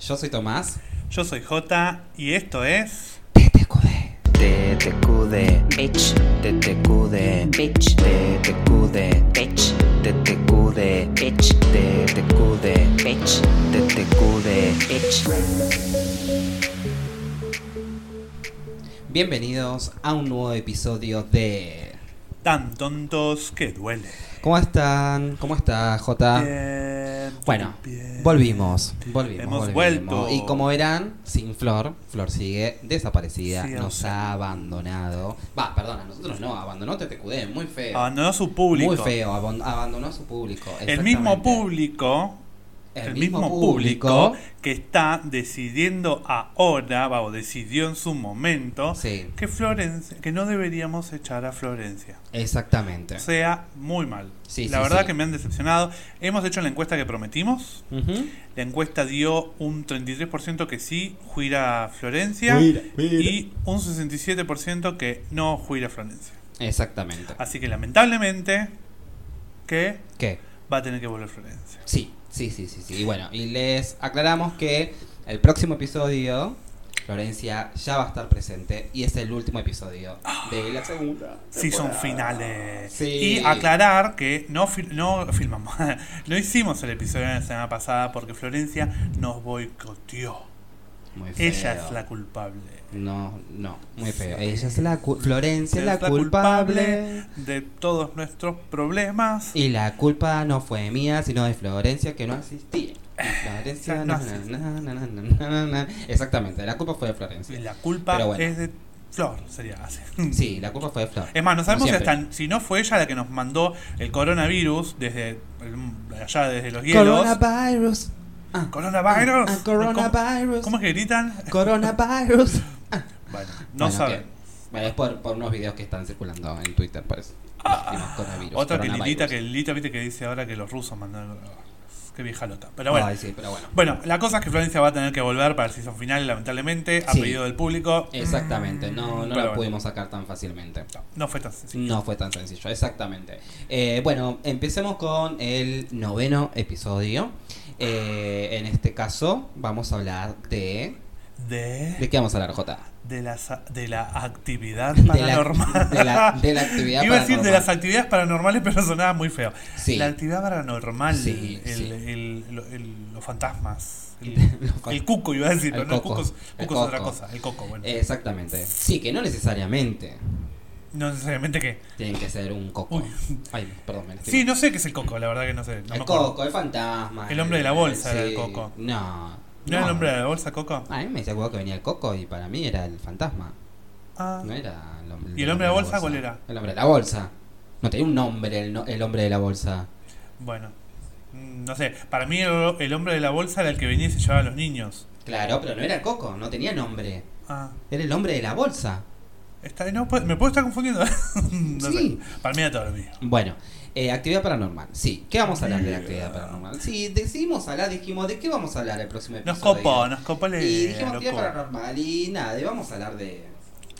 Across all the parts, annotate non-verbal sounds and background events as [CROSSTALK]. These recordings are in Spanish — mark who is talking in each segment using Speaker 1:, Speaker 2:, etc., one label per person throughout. Speaker 1: Yo soy Tomás.
Speaker 2: Yo soy Jota y esto es.
Speaker 3: TTQD,
Speaker 4: Bitch,
Speaker 3: TTQD,
Speaker 4: bitch,
Speaker 3: TTQD,
Speaker 4: bitch,
Speaker 3: TTQD,
Speaker 4: bitch,
Speaker 3: TTQD,
Speaker 4: bitch,
Speaker 3: TTQD.
Speaker 4: bitch.
Speaker 1: Bienvenidos a un nuevo episodio de.
Speaker 2: Tan tontos que duele.
Speaker 1: ¿Cómo están? ¿Cómo está, Jota?
Speaker 2: Bien,
Speaker 1: Ah. Bueno,
Speaker 2: bien.
Speaker 1: Volvimos, volvimos.
Speaker 2: Hemos
Speaker 1: volvimos.
Speaker 2: vuelto.
Speaker 1: Y como verán, sin Flor, Flor sigue desaparecida,
Speaker 2: Sí,
Speaker 1: nos
Speaker 2: ausente.
Speaker 1: ha abandonado. Va, perdón, a nosotros no, abandonó TTQD, muy feo.
Speaker 2: Abandonó Ah, su público.
Speaker 1: Muy feo, abon- abandonó a su público.
Speaker 2: El mismo
Speaker 1: exactamente.
Speaker 2: público. El, mismo, público, que está decidiendo ahora, va, o decidió en su momento,
Speaker 1: Sí,
Speaker 2: que Florencia, que no deberíamos echar a Florencia.
Speaker 1: exactamente.
Speaker 2: O sea, muy mal.
Speaker 1: Sí,
Speaker 2: la
Speaker 1: sí,
Speaker 2: verdad
Speaker 1: sí.
Speaker 2: que me han decepcionado. Hemos hecho la encuesta que prometimos.
Speaker 1: Ujú.
Speaker 2: La encuesta dio un 33% que sí, juira Florencia. Y un 67% que no juira Florencia.
Speaker 1: Exactamente.
Speaker 2: Así que lamentablemente que
Speaker 1: ¿Qué?
Speaker 2: va a tener que volver Florencia.
Speaker 1: Sí, sí, sí, sí, sí. Y bueno, y les aclaramos que el próximo episodio, Florencia ya va a estar presente y es el último episodio
Speaker 2: Ah.
Speaker 1: de la segunda.
Speaker 2: Sí, son
Speaker 1: temporada.
Speaker 2: finales.
Speaker 1: Sí.
Speaker 2: Y aclarar que no, fil- no filmamos, [LAUGHS] no hicimos el episodio de la semana pasada porque Florencia nos boicoteó.
Speaker 1: Muy feo.
Speaker 2: Ella es la culpable
Speaker 1: No, no, muy feo. Ella es la cu- Florencia es
Speaker 2: Es
Speaker 1: la,
Speaker 2: la
Speaker 1: culpable.
Speaker 2: culpable. de todos nuestros problemas.
Speaker 1: Y la culpa no fue mía, sino de Florencia que no asistía. Florencia
Speaker 2: Ya
Speaker 1: no.
Speaker 2: no asiste.
Speaker 1: na, na, na, na, na, na. Exactamente, la culpa fue de
Speaker 2: Y
Speaker 1: Florencia.
Speaker 2: la culpa
Speaker 1: Pero bueno.
Speaker 2: es de Flor, sería así.
Speaker 1: Sí, la culpa fue de Flor.
Speaker 2: Es más, no sabemos si,
Speaker 1: Como siempre.
Speaker 2: hasta- si no fue ella la que nos mandó el coronavirus desde el- allá desde los hielos.
Speaker 1: Coronavirus. Ah,
Speaker 2: Coronavirus.
Speaker 1: ah,
Speaker 2: ¿Cómo-
Speaker 1: coronavirus.
Speaker 2: ¿Cómo, es que gritan?
Speaker 1: Coronavirus.
Speaker 2: Bueno, no
Speaker 1: Bueno,
Speaker 2: saben.
Speaker 1: que- bueno, es por, por unos videos que están circulando en Twitter, por eso. Dijimos coronavirus,
Speaker 2: Otra que
Speaker 1: coronavirus.
Speaker 2: Lilita, que Lilita viste que dice ahora que los rusos mandaron. Qué vieja lota. Pero bueno.
Speaker 1: Ay, sí, pero bueno.
Speaker 2: Bueno, la cosa es que Florencia va a tener que volver para el season final, lamentablemente, a
Speaker 1: Sí.
Speaker 2: pedido del público.
Speaker 1: Exactamente, no, no
Speaker 2: Pero
Speaker 1: la
Speaker 2: bueno.
Speaker 1: pudimos sacar tan fácilmente.
Speaker 2: No fue tan sencillo.
Speaker 1: No fue tan sencillo, exactamente. Eh, bueno, empecemos con el noveno episodio. Eh, en este caso, vamos a hablar de.
Speaker 2: De,
Speaker 1: ¿De qué vamos a hablar, Jota?
Speaker 2: de, la, sa- de la actividad
Speaker 1: De la,
Speaker 2: paranormal.
Speaker 1: de la, de la actividad
Speaker 2: [LAUGHS] Iba a decir de
Speaker 1: paranormal.
Speaker 2: las actividades paranormales, pero sonaba muy feo.
Speaker 1: Sí.
Speaker 2: La actividad paranormal,
Speaker 1: Sí,
Speaker 2: el,
Speaker 1: sí.
Speaker 2: el- lo- el- los fantasmas, el,
Speaker 1: [LAUGHS] Los fan-
Speaker 2: el cuco, iba a decir,
Speaker 1: El
Speaker 2: pero no, el
Speaker 1: coco.
Speaker 2: cuco es,
Speaker 1: El
Speaker 2: cuco es otra
Speaker 1: coco. Eh.
Speaker 2: cosa, el coco, bueno.
Speaker 1: Exactamente. Sí, que no necesariamente
Speaker 2: no necesariamente qué.
Speaker 1: tienen que ser un coco.
Speaker 2: Uy.
Speaker 1: Ay, perdón, me lastimé.
Speaker 2: Sí, no sé qué es el coco, la verdad que no sé, no me
Speaker 1: el
Speaker 2: acuerdo.
Speaker 1: coco, el fantasma.
Speaker 2: El hombre de la bolsa era el coco.
Speaker 1: No.
Speaker 2: ¿No, era el hombre de la bolsa, coco?
Speaker 1: A mí me sacó que venía el coco y para mí era el fantasma.
Speaker 2: Ah,
Speaker 1: No era el hombre.
Speaker 2: ¿Y el hombre de la bolsa cuál era?
Speaker 1: El hombre de la bolsa. No tenía un nombre el, no- el hombre de la bolsa.
Speaker 2: bueno. Mm, No sé, para mí el, el hombre de la bolsa era el que venía y se llevaba a los niños.
Speaker 1: Claro, pero no era el coco, no tenía nombre.
Speaker 2: Ah,
Speaker 1: Era el hombre de la bolsa.
Speaker 2: está, no, puede- me puedo estar confundiendo. [LAUGHS] No
Speaker 1: Sí.
Speaker 2: sé. Para mí era todo lo mismo.
Speaker 1: Bueno, eh, actividad paranormal. Sí, ¿qué vamos a hablar de la actividad paranormal? Sí, decidimos hablar, dijimos, ¿de qué vamos a hablar el próximo episodio?
Speaker 2: Nos copó, nos copó la
Speaker 1: Y
Speaker 2: idea,
Speaker 1: dijimos actividad
Speaker 2: loco.
Speaker 1: paranormal y nada, y vamos a hablar de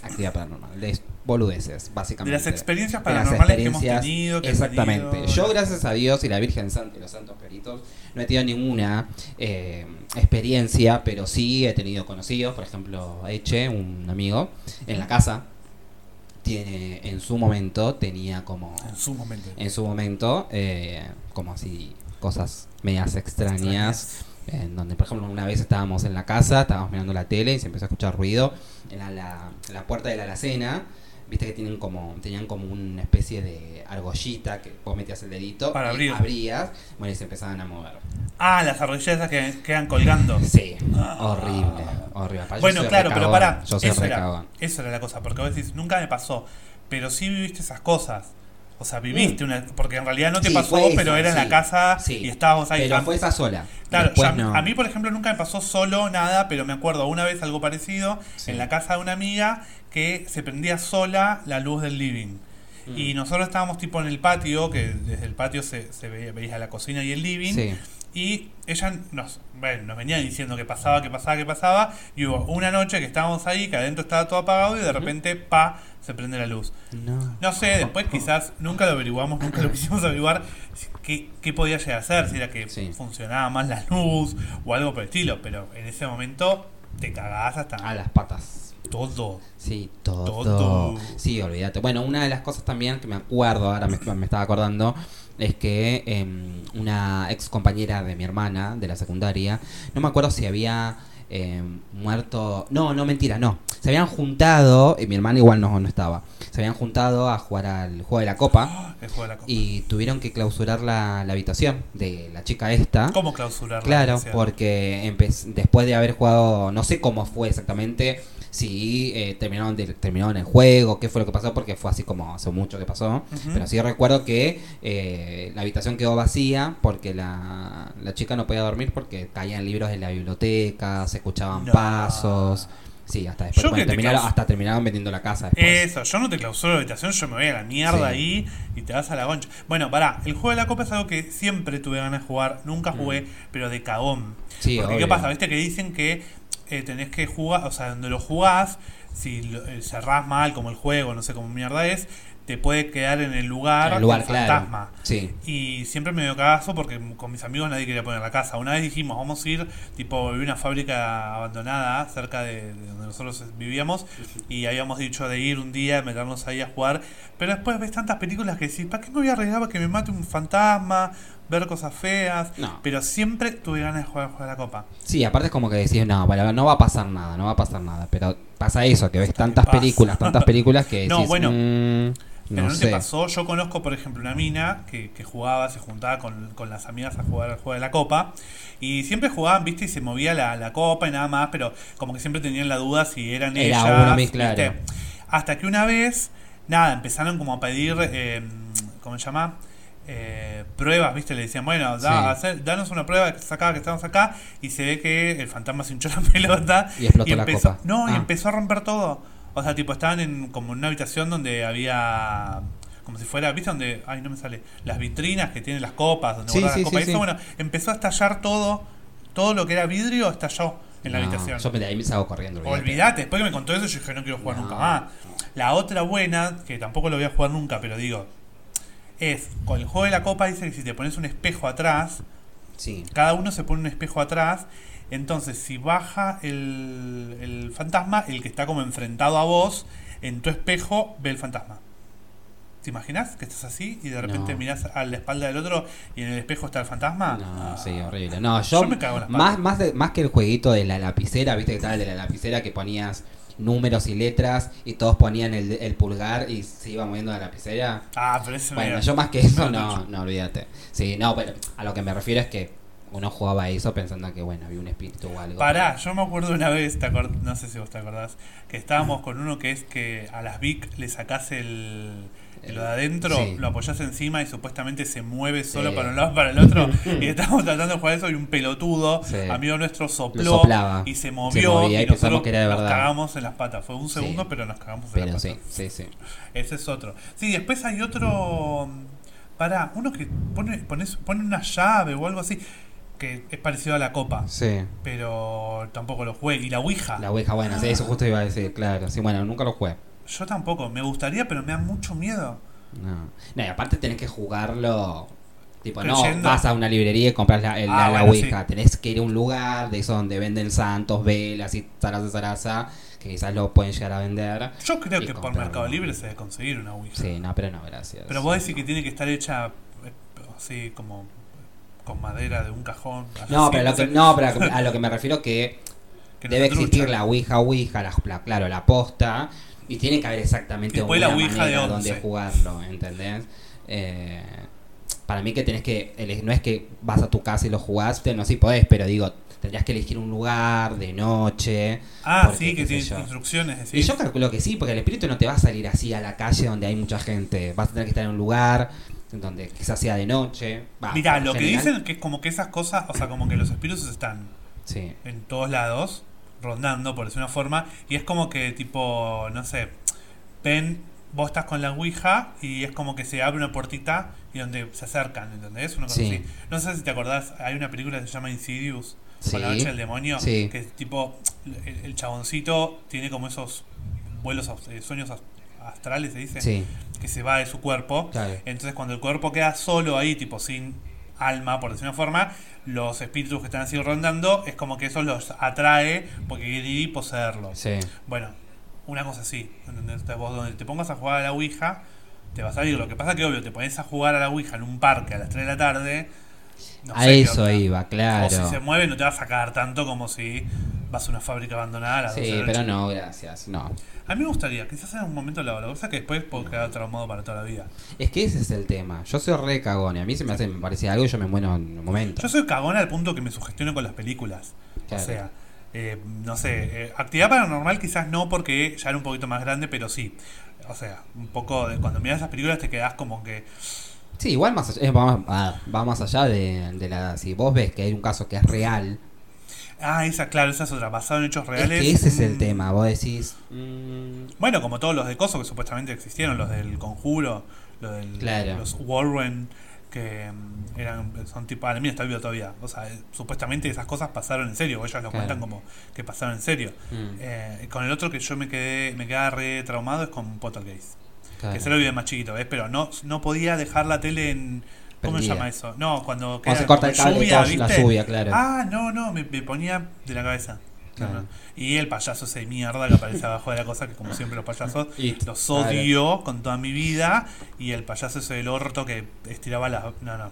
Speaker 1: actividad paranormal, de boludeces,
Speaker 2: De
Speaker 1: básicamente.
Speaker 2: las experiencias
Speaker 1: De las
Speaker 2: paranormales que hemos
Speaker 1: experiencias,
Speaker 2: tenido. Que
Speaker 1: Exactamente.
Speaker 2: hemos tenido.
Speaker 1: Yo, gracias a Dios y la Virgen Santa y los Santos Peritos, no he tenido ninguna eh, experiencia, pero sí he tenido conocidos, por ejemplo, Eche, un amigo, en la casa. Tiene, en su momento tenía como
Speaker 2: En su momento.
Speaker 1: en su momento, eh, como así, cosas medias extrañas. En donde, por ejemplo, una vez estábamos en la casa, estábamos mirando la tele y se empezó a escuchar ruido en la, la- en la puerta de la alacena. Viste que tienen como, tenían como una especie de argollita que vos metías el dedito
Speaker 2: Para
Speaker 1: y
Speaker 2: abrir.
Speaker 1: abrías, bueno, y se empezaban a mover.
Speaker 2: Ah, las arrodillas esas que
Speaker 1: [LAUGHS]
Speaker 2: quedan colgando.
Speaker 1: Sí,
Speaker 2: Ah.
Speaker 1: horrible, horrible. Aparte, Ah, yo
Speaker 2: bueno,
Speaker 1: soy
Speaker 2: claro,
Speaker 1: re
Speaker 2: pero
Speaker 1: cagón,
Speaker 2: pará.
Speaker 1: Yo soy
Speaker 2: eso,
Speaker 1: re
Speaker 2: era,
Speaker 1: cagón.
Speaker 2: eso era la cosa, porque vos decís, nunca me pasó. Pero sí viviste esas cosas. O sea, viviste una. Porque en realidad no te
Speaker 1: Mm. Sí,
Speaker 2: pasó,
Speaker 1: fue
Speaker 2: pero
Speaker 1: esa,
Speaker 2: era en
Speaker 1: sí,
Speaker 2: la casa
Speaker 1: sí.
Speaker 2: y estábamos ahí.
Speaker 1: Pero
Speaker 2: Am-
Speaker 1: fue esa sola.
Speaker 2: Claro,
Speaker 1: Después
Speaker 2: ya-
Speaker 1: no.
Speaker 2: a mí por ejemplo nunca me pasó solo nada, pero me acuerdo una vez algo parecido
Speaker 1: Sí.
Speaker 2: en la casa de una amiga que se prendía sola la luz del living.
Speaker 1: Mm.
Speaker 2: Y nosotros estábamos tipo en el patio, que desde el patio se, se veía, veía la cocina y el living.
Speaker 1: Sí.
Speaker 2: Y ella nos, bueno, nos venía diciendo que pasaba, que pasaba, que pasaba. Y hubo una noche que estábamos ahí, que adentro estaba todo apagado y de repente, pa, se prende la luz.
Speaker 1: No.
Speaker 2: No sé, después quizás nunca lo averiguamos, nunca
Speaker 1: [LAUGHS]
Speaker 2: lo quisimos averiguar si- qué, qué podía llegar a ser, si era que
Speaker 1: Sí.
Speaker 2: funcionaba más la luz o algo por el estilo, pero en ese momento te cagabas
Speaker 1: A
Speaker 2: hasta
Speaker 1: las patas.
Speaker 2: todo.
Speaker 1: Sí, todo.
Speaker 2: Todo.
Speaker 1: Sí, olvídate. Bueno, una de las cosas también que me acuerdo, ahora me, me estaba acordando, es que em, una ex compañera de mi hermana de la secundaria, no me acuerdo si había em, muerto. No, no, mentira, no. Se habían juntado, y mi hermana igual no, no estaba. Se habían juntado a jugar al juego de la copa
Speaker 2: El juego de la copa.
Speaker 1: y tuvieron que clausurar la, la habitación de la chica esta.
Speaker 2: ¿Cómo clausurar
Speaker 1: Claro,
Speaker 2: la
Speaker 1: porque empe- después de haber jugado, no sé cómo fue exactamente, si eh, terminaron, de- terminaron el juego, qué fue lo que pasó, porque fue así como hace mucho que pasó.
Speaker 2: Ujú.
Speaker 1: Pero sí recuerdo que eh, la habitación quedó vacía porque la, la chica no podía dormir porque caían libros en la biblioteca, se escuchaban
Speaker 2: No.
Speaker 1: pasos. Sí, hasta después
Speaker 2: Yo
Speaker 1: cuando
Speaker 2: que este te
Speaker 1: terminaron,
Speaker 2: claus-
Speaker 1: hasta terminaron vendiendo la casa después.
Speaker 2: Eso, yo no te clausuro la habitación, yo me voy a la mierda
Speaker 1: Pues Sí.
Speaker 2: ahí y te vas a la concha. Bueno, pará, el juego de la copa es algo que siempre tuve ganas de jugar, nunca jugué, pero de cagón.
Speaker 1: Mm. Sí,
Speaker 2: Porque
Speaker 1: obvio.
Speaker 2: ¿qué pasa? Viste que dicen que eh, tenés que jugar, o sea, donde lo jugás, si lo- eh, cerrás mal como el juego, no sé cómo mierda es, te puede quedar en el lugar,
Speaker 1: En el lugar,
Speaker 2: el
Speaker 1: claro.
Speaker 2: fantasma.
Speaker 1: Sí.
Speaker 2: Y siempre me dio cagazo porque con mis amigos nadie quería poner la casa. Una vez dijimos, vamos a ir, tipo, había una fábrica abandonada cerca de, de donde nosotros vivíamos y habíamos dicho de ir un día, meternos ahí a jugar. Pero después ves tantas películas que decís, ¿para qué me voy a arriesgar para que me mate un fantasma? Ver cosas feas.
Speaker 1: No.
Speaker 2: Pero siempre tuve ganas de jugar, jugar a la copa.
Speaker 1: Sí, aparte es como que decís, no, para- no va a pasar nada, no va a pasar nada. Pero pasa eso, que ves tantas
Speaker 2: pasa.
Speaker 1: películas, tantas películas que decís,
Speaker 2: [LAUGHS] No, bueno,
Speaker 1: "Mm,
Speaker 2: Pero
Speaker 1: no,
Speaker 2: no,
Speaker 1: sé.
Speaker 2: te pasó, yo conozco por ejemplo una mina que, que jugaba, se juntaba con, con las amigas a jugar al juego de la copa y siempre jugaban, viste, y se movía la, la copa y nada más, pero como que siempre tenían la duda si eran
Speaker 1: Era
Speaker 2: ellas,
Speaker 1: uno mismo,
Speaker 2: ¿viste?
Speaker 1: claro.
Speaker 2: Hasta que una vez, nada, empezaron como a pedir, eh, ¿cómo se llama? Eh, pruebas, viste, le decían, bueno, da-
Speaker 1: Sí.
Speaker 2: hacer- danos una prueba que estás acá, que estamos acá, y se ve que el fantasma se hinchó la [LAUGHS] pelota
Speaker 1: Y explotó la
Speaker 2: empezó-
Speaker 1: copa.
Speaker 2: No, y
Speaker 1: Ah.
Speaker 2: empezó a romper todo. O sea, tipo, estaban en, como en una habitación donde había. Como si fuera, ¿viste? Donde. Ay, no me sale. Las vitrinas que tienen las copas, donde
Speaker 1: Sí,
Speaker 2: guardan
Speaker 1: sí,
Speaker 2: las copas.
Speaker 1: sí,
Speaker 2: y eso,
Speaker 1: sí.
Speaker 2: bueno, empezó a estallar todo. Todo lo que era vidrio estalló en la
Speaker 1: No,
Speaker 2: habitación.
Speaker 1: Yo me- de ahí me salgo corriendo. olvídate.
Speaker 2: Olvídate, después que me contó eso, yo dije, no quiero jugar
Speaker 1: No.
Speaker 2: nunca más. La otra buena, que tampoco lo voy a jugar nunca, pero digo, es con el juego de la copa, dice que si te pones un espejo atrás,
Speaker 1: Sí.
Speaker 2: cada uno se pone un espejo atrás. Entonces, si baja el, el fantasma, el que está como enfrentado a vos, en tu espejo ve el fantasma. ¿Te imaginas que estás así y de repente
Speaker 1: No.
Speaker 2: mirás a la espalda del otro y en el espejo está el fantasma?
Speaker 1: No,
Speaker 2: Ah.
Speaker 1: sí, horrible. No, yo,
Speaker 2: Yo me cago en las
Speaker 1: más,
Speaker 2: patas.
Speaker 1: más, de- más que el jueguito de la lapicera, viste que estaba el de la lapicera que ponías números y letras y todos ponían el, el pulgar y se iba moviendo la lapicera.
Speaker 2: Ah, pero ese
Speaker 1: Bueno,
Speaker 2: me-
Speaker 1: yo más que eso, no, no olvídate. Sí, no, pero a lo que me refiero es que uno jugaba eso pensando que, bueno, había un espíritu o algo.
Speaker 2: Pará, yo me acuerdo una vez, te acor- no sé si vos te acordás, que estábamos con uno que es que a las Vic le sacás el, el lo de adentro,
Speaker 1: Sí.
Speaker 2: lo apoyás encima y supuestamente se mueve solo
Speaker 1: Sí.
Speaker 2: para un lado para el
Speaker 1: [LAUGHS]
Speaker 2: otro. y estábamos tratando de jugar eso y un pelotudo,
Speaker 1: Sí.
Speaker 2: amigo nuestro,
Speaker 1: Lo
Speaker 2: sopló
Speaker 1: soplaba.
Speaker 2: y se
Speaker 1: Se
Speaker 2: movió.
Speaker 1: movía y
Speaker 2: nosotros
Speaker 1: pensamos que era de
Speaker 2: nos
Speaker 1: verdad.
Speaker 2: cagamos en las patas. Fue un
Speaker 1: Sí.
Speaker 2: segundo, pero nos cagamos en
Speaker 1: Pero
Speaker 2: las
Speaker 1: sí,
Speaker 2: patas.
Speaker 1: sí, sí.
Speaker 2: Ese es otro. Sí, después hay otro. Pará, uno que pone, pones- pone una llave o algo así, que es parecido a la copa.
Speaker 1: Sí.
Speaker 2: Pero tampoco lo jugué. Y la Ouija.
Speaker 1: Ah. La Ouija, bueno, sí, eso justo iba a decir, claro. Sí, bueno, nunca lo jugué.
Speaker 2: Yo tampoco. Me gustaría, pero me da mucho miedo.
Speaker 1: No. no, y aparte tenés que jugarlo. Tipo, no
Speaker 2: Creyendo.
Speaker 1: vas a una librería y compras la, el-
Speaker 2: Ah,
Speaker 1: la- la
Speaker 2: bueno,
Speaker 1: Ouija. Tenés que ir a un lugar de eso donde venden santos, velas y zaraza, zaraza, que quizás lo pueden llegar a vender.
Speaker 2: Yo creo
Speaker 1: Y
Speaker 2: que por
Speaker 1: comprarlo.
Speaker 2: Mercado Libre se debe conseguir una Ouija.
Speaker 1: Sí, no, pero no, gracias.
Speaker 2: pero vos decís que tiene que estar hecha eh, así como con madera de un cajón. así,
Speaker 1: No, pero, lo
Speaker 2: sé,
Speaker 1: que, no,
Speaker 2: [LAUGHS]
Speaker 1: pero a lo que- a lo que me refiero que
Speaker 2: que no
Speaker 1: debe
Speaker 2: te trucha.
Speaker 1: existir la Ouija, Ouija, la, la- claro, la posta, y tiene que haber exactamente
Speaker 2: Después
Speaker 1: una
Speaker 2: la Ouija
Speaker 1: manera
Speaker 2: de
Speaker 1: donde
Speaker 2: 11.
Speaker 1: jugarlo, ¿entendés? Eh, para mí que tenés que, ele- no es que vas a tu casa y lo jugás, te- no si podés, pero digo, tendrías que elegir un lugar de noche.
Speaker 2: Ah,
Speaker 1: porque,
Speaker 2: sí,
Speaker 1: qué
Speaker 2: que
Speaker 1: sé
Speaker 2: tiene
Speaker 1: yo.
Speaker 2: instrucciones.
Speaker 1: Y
Speaker 2: Decís.
Speaker 1: yo calculo que sí, porque el espíritu no te va a salir así a la calle donde hay mucha gente, vas a tener que estar en un lugar donde quizás sea de noche. Va,
Speaker 2: Mirá,
Speaker 1: por
Speaker 2: lo que
Speaker 1: general,
Speaker 2: dicen que es como que esas cosas, o sea, como que los espíritus están
Speaker 1: Sí.
Speaker 2: en todos lados, rondando, por decir una forma, y es como que tipo, no sé, ven vos estás con la Ouija y es como que se abre una puertita y donde se acercan, ¿entendés? Una cosa
Speaker 1: Sí.
Speaker 2: así. No sé si te acordás, hay una película que se llama Insidious,
Speaker 1: Sí.
Speaker 2: con la noche del demonio,
Speaker 1: Sí.
Speaker 2: que es tipo, el, el chaboncito tiene como esos vuelos, aus- eh, sueños aus- astrales, se dice,
Speaker 1: Sí,
Speaker 2: que se va de su cuerpo.
Speaker 1: claro.
Speaker 2: Entonces cuando el cuerpo queda solo ahí, tipo sin alma, por decir una forma, los espíritus que están así rondando, es como que eso los atrae porque quiere poseerlos.
Speaker 1: Sí,
Speaker 2: Bueno, una cosa así, ¿entendés? Entonces, Vos donde te pongas a jugar a la Ouija, te va a salir. Lo que pasa que, obvio, te pones a jugar a la Ouija en un parque a las 3 de la tarde. no
Speaker 1: a
Speaker 2: sé qué
Speaker 1: eso
Speaker 2: onda.
Speaker 1: iba,
Speaker 2: O si se
Speaker 1: claro.
Speaker 2: mueve no te va a sacar tanto como si vas a una fábrica abandonada a las 12 de
Speaker 1: Sí,
Speaker 2: la
Speaker 1: pero
Speaker 2: noche.
Speaker 1: no, gracias, no.
Speaker 2: A mí me gustaría, quizás en un momento la la cosa que después puedo quedar traumado para toda la vida.
Speaker 1: Es que ese es el tema. Yo soy re cagón y a mí se me hace, me parece algo y yo me muero en un momento.
Speaker 2: Yo soy cagón al punto que me sugestiono con las películas.
Speaker 1: Claro.
Speaker 2: O sea, eh, no sé, eh, actividad paranormal quizás no porque ya era un poquito más grande, pero sí. O sea, un poco de cuando miras esas películas te quedás como que
Speaker 1: Sí, igual más allá, eh, va, más- a ver, va más allá de, de la... Si vos ves que hay un caso que es real,
Speaker 2: Ah, esa, claro, esa es otra, basado en hechos reales.
Speaker 1: es que ese es el
Speaker 2: Mm.
Speaker 1: tema. Vos decís... mm,
Speaker 2: Bueno, como todos los de Coso que supuestamente existieron, los del Conjuro, los, del-
Speaker 1: Claro.
Speaker 2: los Warren, que mm, eran, son tipo, ah, mira, está vivo todavía. O sea, eh, supuestamente esas cosas pasaron en serio, o ellos lo
Speaker 1: Claro.
Speaker 2: cuentan como que pasaron en serio.
Speaker 1: mm,
Speaker 2: Eh, con el otro que yo me quedé, me quedaba re traumado es con Poltergeist.
Speaker 1: claro.
Speaker 2: Que se lo vi de más chiquito, ¿ves? Pero no, no podía dejar la tele en... ¿Cómo se
Speaker 1: Prendida.
Speaker 2: llama eso? No, cuando
Speaker 1: Cuando
Speaker 2: queda
Speaker 1: se corta el
Speaker 2: como
Speaker 1: cable y toda la lluvia, claro.
Speaker 2: Ah, no, no, me, me ponía de la cabeza. No,
Speaker 1: Claro.
Speaker 2: no. Y el payaso ese de mierda que aparece abajo de la cosa, que como siempre los payasos,
Speaker 1: It.
Speaker 2: los odio con toda mi vida. Y el payaso ese del orto que estiraba las. No, no.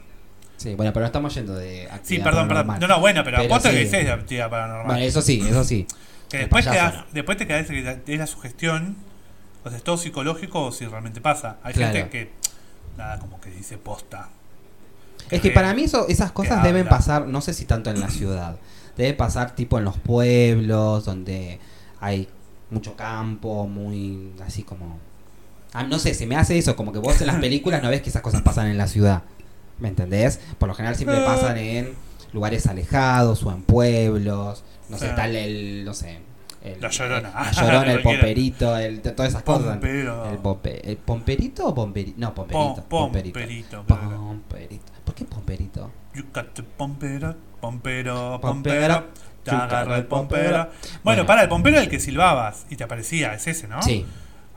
Speaker 1: Sí, bueno, pero no estamos yendo de...
Speaker 2: Sí,
Speaker 1: actividad
Speaker 2: perdón, perdón.
Speaker 1: paranormal.
Speaker 2: No, no, bueno, pero,
Speaker 1: Pero
Speaker 2: aposta que
Speaker 1: sí.
Speaker 2: dices de actividad paranormal.
Speaker 1: Bueno, eso sí, eso sí.
Speaker 2: que
Speaker 1: el
Speaker 2: después,
Speaker 1: payaso.
Speaker 2: quedás- después te quedas que te- es la sugestión. O sea, es todo psicológico o si realmente pasa. Hay
Speaker 1: Claro.
Speaker 2: gente que. Nada, como que dice posta.
Speaker 1: Es que
Speaker 2: re-
Speaker 1: para mí eso, esas cosas deben
Speaker 2: habla.
Speaker 1: pasar, no sé si tanto en la ciudad, debe pasar tipo en los pueblos, donde hay mucho campo, muy así como... Ah, no sé, se me hace eso, como que vos en las películas no ves que esas cosas pasan en la ciudad, ¿me entendés? Por lo general siempre
Speaker 2: Eh.
Speaker 1: pasan en lugares alejados o en pueblos, no sé,
Speaker 2: Sí.
Speaker 1: tal el, no sé... El,
Speaker 2: Ah. La Llorona.
Speaker 1: El, la Llorona, el
Speaker 2: [LAUGHS] Cualquiera.
Speaker 1: pomperito, el, todas
Speaker 2: Eh,
Speaker 1: esas cosas.
Speaker 2: Pompero.
Speaker 1: El, pompe- el pomperito o pomperito? No, pomperito.
Speaker 2: Pom-
Speaker 1: pomperito.
Speaker 2: pomperito, claro.
Speaker 1: Pomperito. ¿Por qué pomperito?
Speaker 2: You got the pompero, pompero,
Speaker 1: Pompero.
Speaker 2: pompero. Te agarra el pompero. Bueno,
Speaker 1: Bueno.
Speaker 2: para, el pompero era el que silbabas y te aparecía, es ese, ¿no?
Speaker 1: Sí.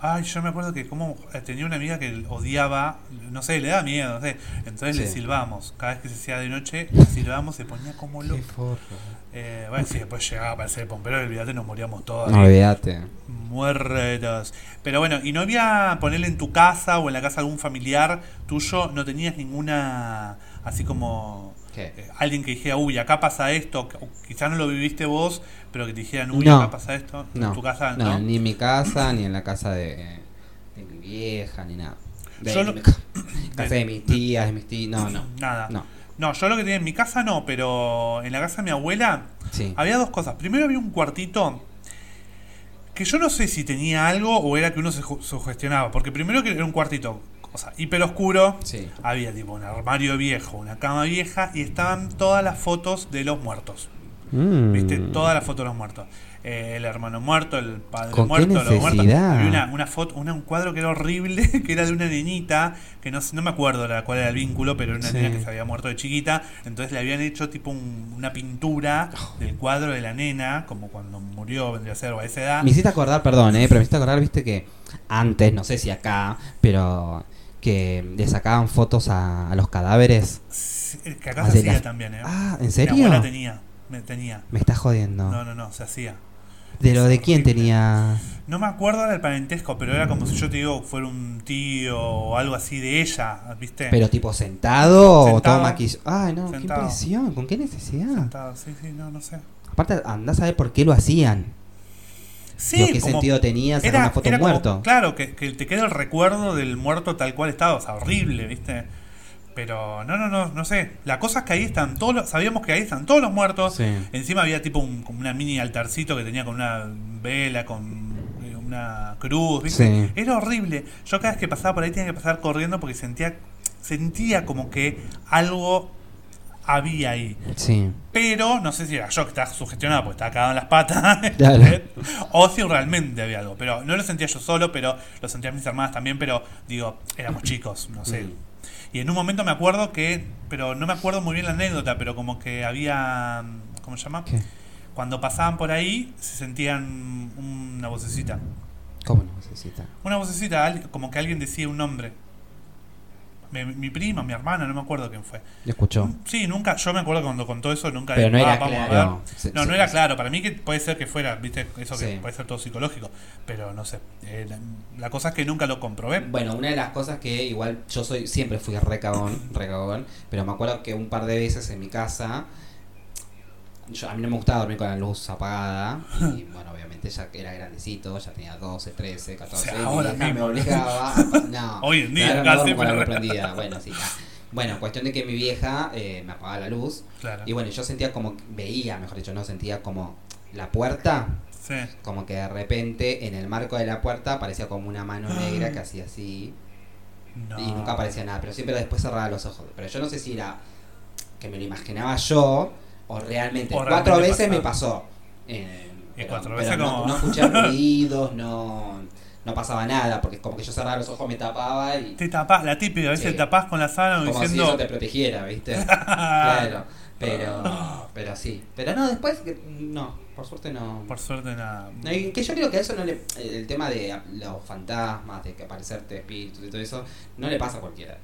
Speaker 2: Ay, yo me acuerdo que como eh, tenía una amiga que odiaba, no sé, le daba miedo, no sé. Entonces le
Speaker 1: Sí.
Speaker 2: silbamos. Cada vez que se hacía de noche, le silbábamos, se ponía como loco. Eh, bueno, sí, después llegaba a aparecer el pompero y olvídate, nos moríamos todos.
Speaker 1: No,
Speaker 2: ahí,
Speaker 1: olvídate.
Speaker 2: Muertos. Pero bueno, y no había ponerle en tu casa o en la casa de algún familiar tuyo, no tenías ninguna, así como
Speaker 1: ¿Qué?
Speaker 2: eh, alguien que dijera, uy, acá pasa esto, que- o quizás no lo viviste vos, pero que te dijeran, uy,
Speaker 1: No.
Speaker 2: acá pasa esto,
Speaker 1: No,
Speaker 2: en tu casa,
Speaker 1: no,
Speaker 2: no.
Speaker 1: ni en mi casa, ni en la casa de, de mi vieja, ni nada. De
Speaker 2: Yo
Speaker 1: mi
Speaker 2: lo- [COUGHS]
Speaker 1: ca- casa de mis tías, de mis tíos. No, no.
Speaker 2: Nada. No.
Speaker 1: No,
Speaker 2: yo lo que tenía en mi casa no, pero en la casa de mi abuela
Speaker 1: sí.
Speaker 2: había dos cosas. Primero había un cuartito que yo no sé si tenía algo o era que uno se ju- sugestionaba, porque primero que era un cuartito, o sea, hiper oscuro,
Speaker 1: Sí.
Speaker 2: había tipo un armario viejo, una cama vieja y estaban todas las fotos de los muertos. Viste,
Speaker 1: Mm.
Speaker 2: todas las fotos de los muertos. Eh, el hermano muerto, el padre
Speaker 1: ¿Con qué
Speaker 2: muerto, los muertos.
Speaker 1: necesidad?
Speaker 2: Había una, una foto, una- un cuadro que era horrible, [LAUGHS] que era de una nenita, que no, sé- no me acuerdo la, cuál era el vínculo, pero era una
Speaker 1: Sí.
Speaker 2: nena que se había muerto de chiquita. Entonces le habían hecho tipo un- una pintura del cuadro de la nena, como cuando murió, vendría a ser o a esa edad.
Speaker 1: Me hiciste acordar, perdón, eh, pero me hiciste acordar, viste que antes, no sé si acá, pero que le sacaban fotos a, a los cadáveres.
Speaker 2: Sí, Que acá se
Speaker 1: de
Speaker 2: hacía
Speaker 1: las-
Speaker 2: también, ¿eh?
Speaker 1: Ah, ¿en
Speaker 2: Mi
Speaker 1: serio?
Speaker 2: abuela tenía, me, tenía.
Speaker 1: Me estás jodiendo.
Speaker 2: No, no, no, se hacía.
Speaker 1: ¿De lo de quién
Speaker 2: horrible.
Speaker 1: tenía?
Speaker 2: No me acuerdo ahora el parentesco, pero era como si yo te digo fuera un tío o algo así de ella, ¿viste?
Speaker 1: Pero tipo sentado, o todo
Speaker 2: Sentado.
Speaker 1: maquillado. Ay, no,
Speaker 2: Sentado.
Speaker 1: qué impresión, con qué necesidad.
Speaker 2: Sentado, sí, sí, no, no sé.
Speaker 1: Aparte, andás a ver por qué lo hacían.
Speaker 2: Sí,
Speaker 1: lo qué
Speaker 2: como-
Speaker 1: sentido tenía sacar una foto
Speaker 2: era como-
Speaker 1: muerto.
Speaker 2: claro, que, que te queda el recuerdo del muerto tal cual estaba, o sea, horrible, ¿viste? Pero no, no, no, no sé. La cosa es que ahí están todos los, sabíamos que ahí están todos los muertos.
Speaker 1: Sí.
Speaker 2: Encima había tipo un, como una mini altarcito que tenía con una vela, con eh, una cruz, ¿viste?
Speaker 1: Sí.
Speaker 2: Era horrible. Yo cada vez que pasaba por ahí tenía que pasar corriendo porque sentía, sentía como que algo había ahí.
Speaker 1: Sí.
Speaker 2: Pero no sé si era yo que estaba sugestionado porque estaba cagado en las patas. [LAUGHS] este,
Speaker 1: Claro.
Speaker 2: o si realmente había algo. Pero no lo sentía yo solo, pero lo sentían mis hermanas también. Pero digo, éramos chicos, no sé.
Speaker 1: Mm.
Speaker 2: Y en un momento me acuerdo que. Pero no me acuerdo muy bien la anécdota, pero como que había. ¿Cómo se llama?
Speaker 1: ¿Qué?
Speaker 2: Cuando pasaban por ahí, se sentían una vocecita.
Speaker 1: ¿Cómo no necesita?
Speaker 2: Una vocecita, al- como que alguien decía un nombre. Mi, mi prima, mi hermana, no me acuerdo quién fue.
Speaker 1: Lo escuchó.
Speaker 2: Sí, nunca, yo me acuerdo cuando contó eso, nunca
Speaker 1: Pero no
Speaker 2: "Ah,
Speaker 1: era
Speaker 2: vamos a
Speaker 1: claro.
Speaker 2: ver".
Speaker 1: Se-
Speaker 2: No,
Speaker 1: se-
Speaker 2: no era claro. Para mí que puede ser que fuera, viste, eso que
Speaker 1: Sí.
Speaker 2: puede ser todo psicológico. Pero no sé. Eh, la, la cosa es que nunca lo comprobé.
Speaker 1: Bueno, una de las cosas que igual yo soy siempre fui recagón, recagón, pero me acuerdo que un par de veces en mi casa yo- a mí no me gustaba dormir con la luz apagada
Speaker 2: [LAUGHS]
Speaker 1: y bueno, obviamente ya que era grandecito, ya tenía 12, 13, 14
Speaker 2: O sea,
Speaker 1: y mi
Speaker 2: ahora
Speaker 1: vieja
Speaker 2: mismo,
Speaker 1: me
Speaker 2: ¿no? [LAUGHS]
Speaker 1: obligaba. a- No.
Speaker 2: Hoy en día,
Speaker 1: claro, me
Speaker 2: casi,
Speaker 1: duermo con la
Speaker 2: pero-
Speaker 1: luz prendida. Bueno, sí. ya. Bueno, cuestión de que mi vieja eh, me apagaba la luz
Speaker 2: Claro.
Speaker 1: y bueno, yo sentía como veía, mejor dicho, no sentía como la puerta
Speaker 2: Sí.
Speaker 1: como que de repente en el marco de la puerta aparecía como una mano
Speaker 2: Ah.
Speaker 1: negra que hacía así
Speaker 2: No.
Speaker 1: y nunca aparecía nada, pero siempre después cerraba los ojos. Pero yo no sé si era que me lo imaginaba yo o realmente.
Speaker 2: O
Speaker 1: cuatro
Speaker 2: realmente
Speaker 1: veces me
Speaker 2: pasaba.
Speaker 1: pasó. Eh,
Speaker 2: Y cuatro veces
Speaker 1: no-
Speaker 2: como-
Speaker 1: no,
Speaker 2: [LAUGHS]
Speaker 1: escuché ruidos, no, no pasaba nada, porque como que yo cerraba los ojos, me tapaba y
Speaker 2: Te tapás, la típica, a veces
Speaker 1: Sí.
Speaker 2: te tapás con la sábana
Speaker 1: como si
Speaker 2: diciendo. [LAUGHS] "Ah,
Speaker 1: eso te protegiera, ¿viste? claro, pero, pero sí. Pero no, después, que- no, por suerte no.
Speaker 2: Por suerte nada.
Speaker 1: No, y que yo creo que a eso no le. El tema de los fantasmas, de que aparecerte espíritus y todo eso, no le pasa a cualquiera.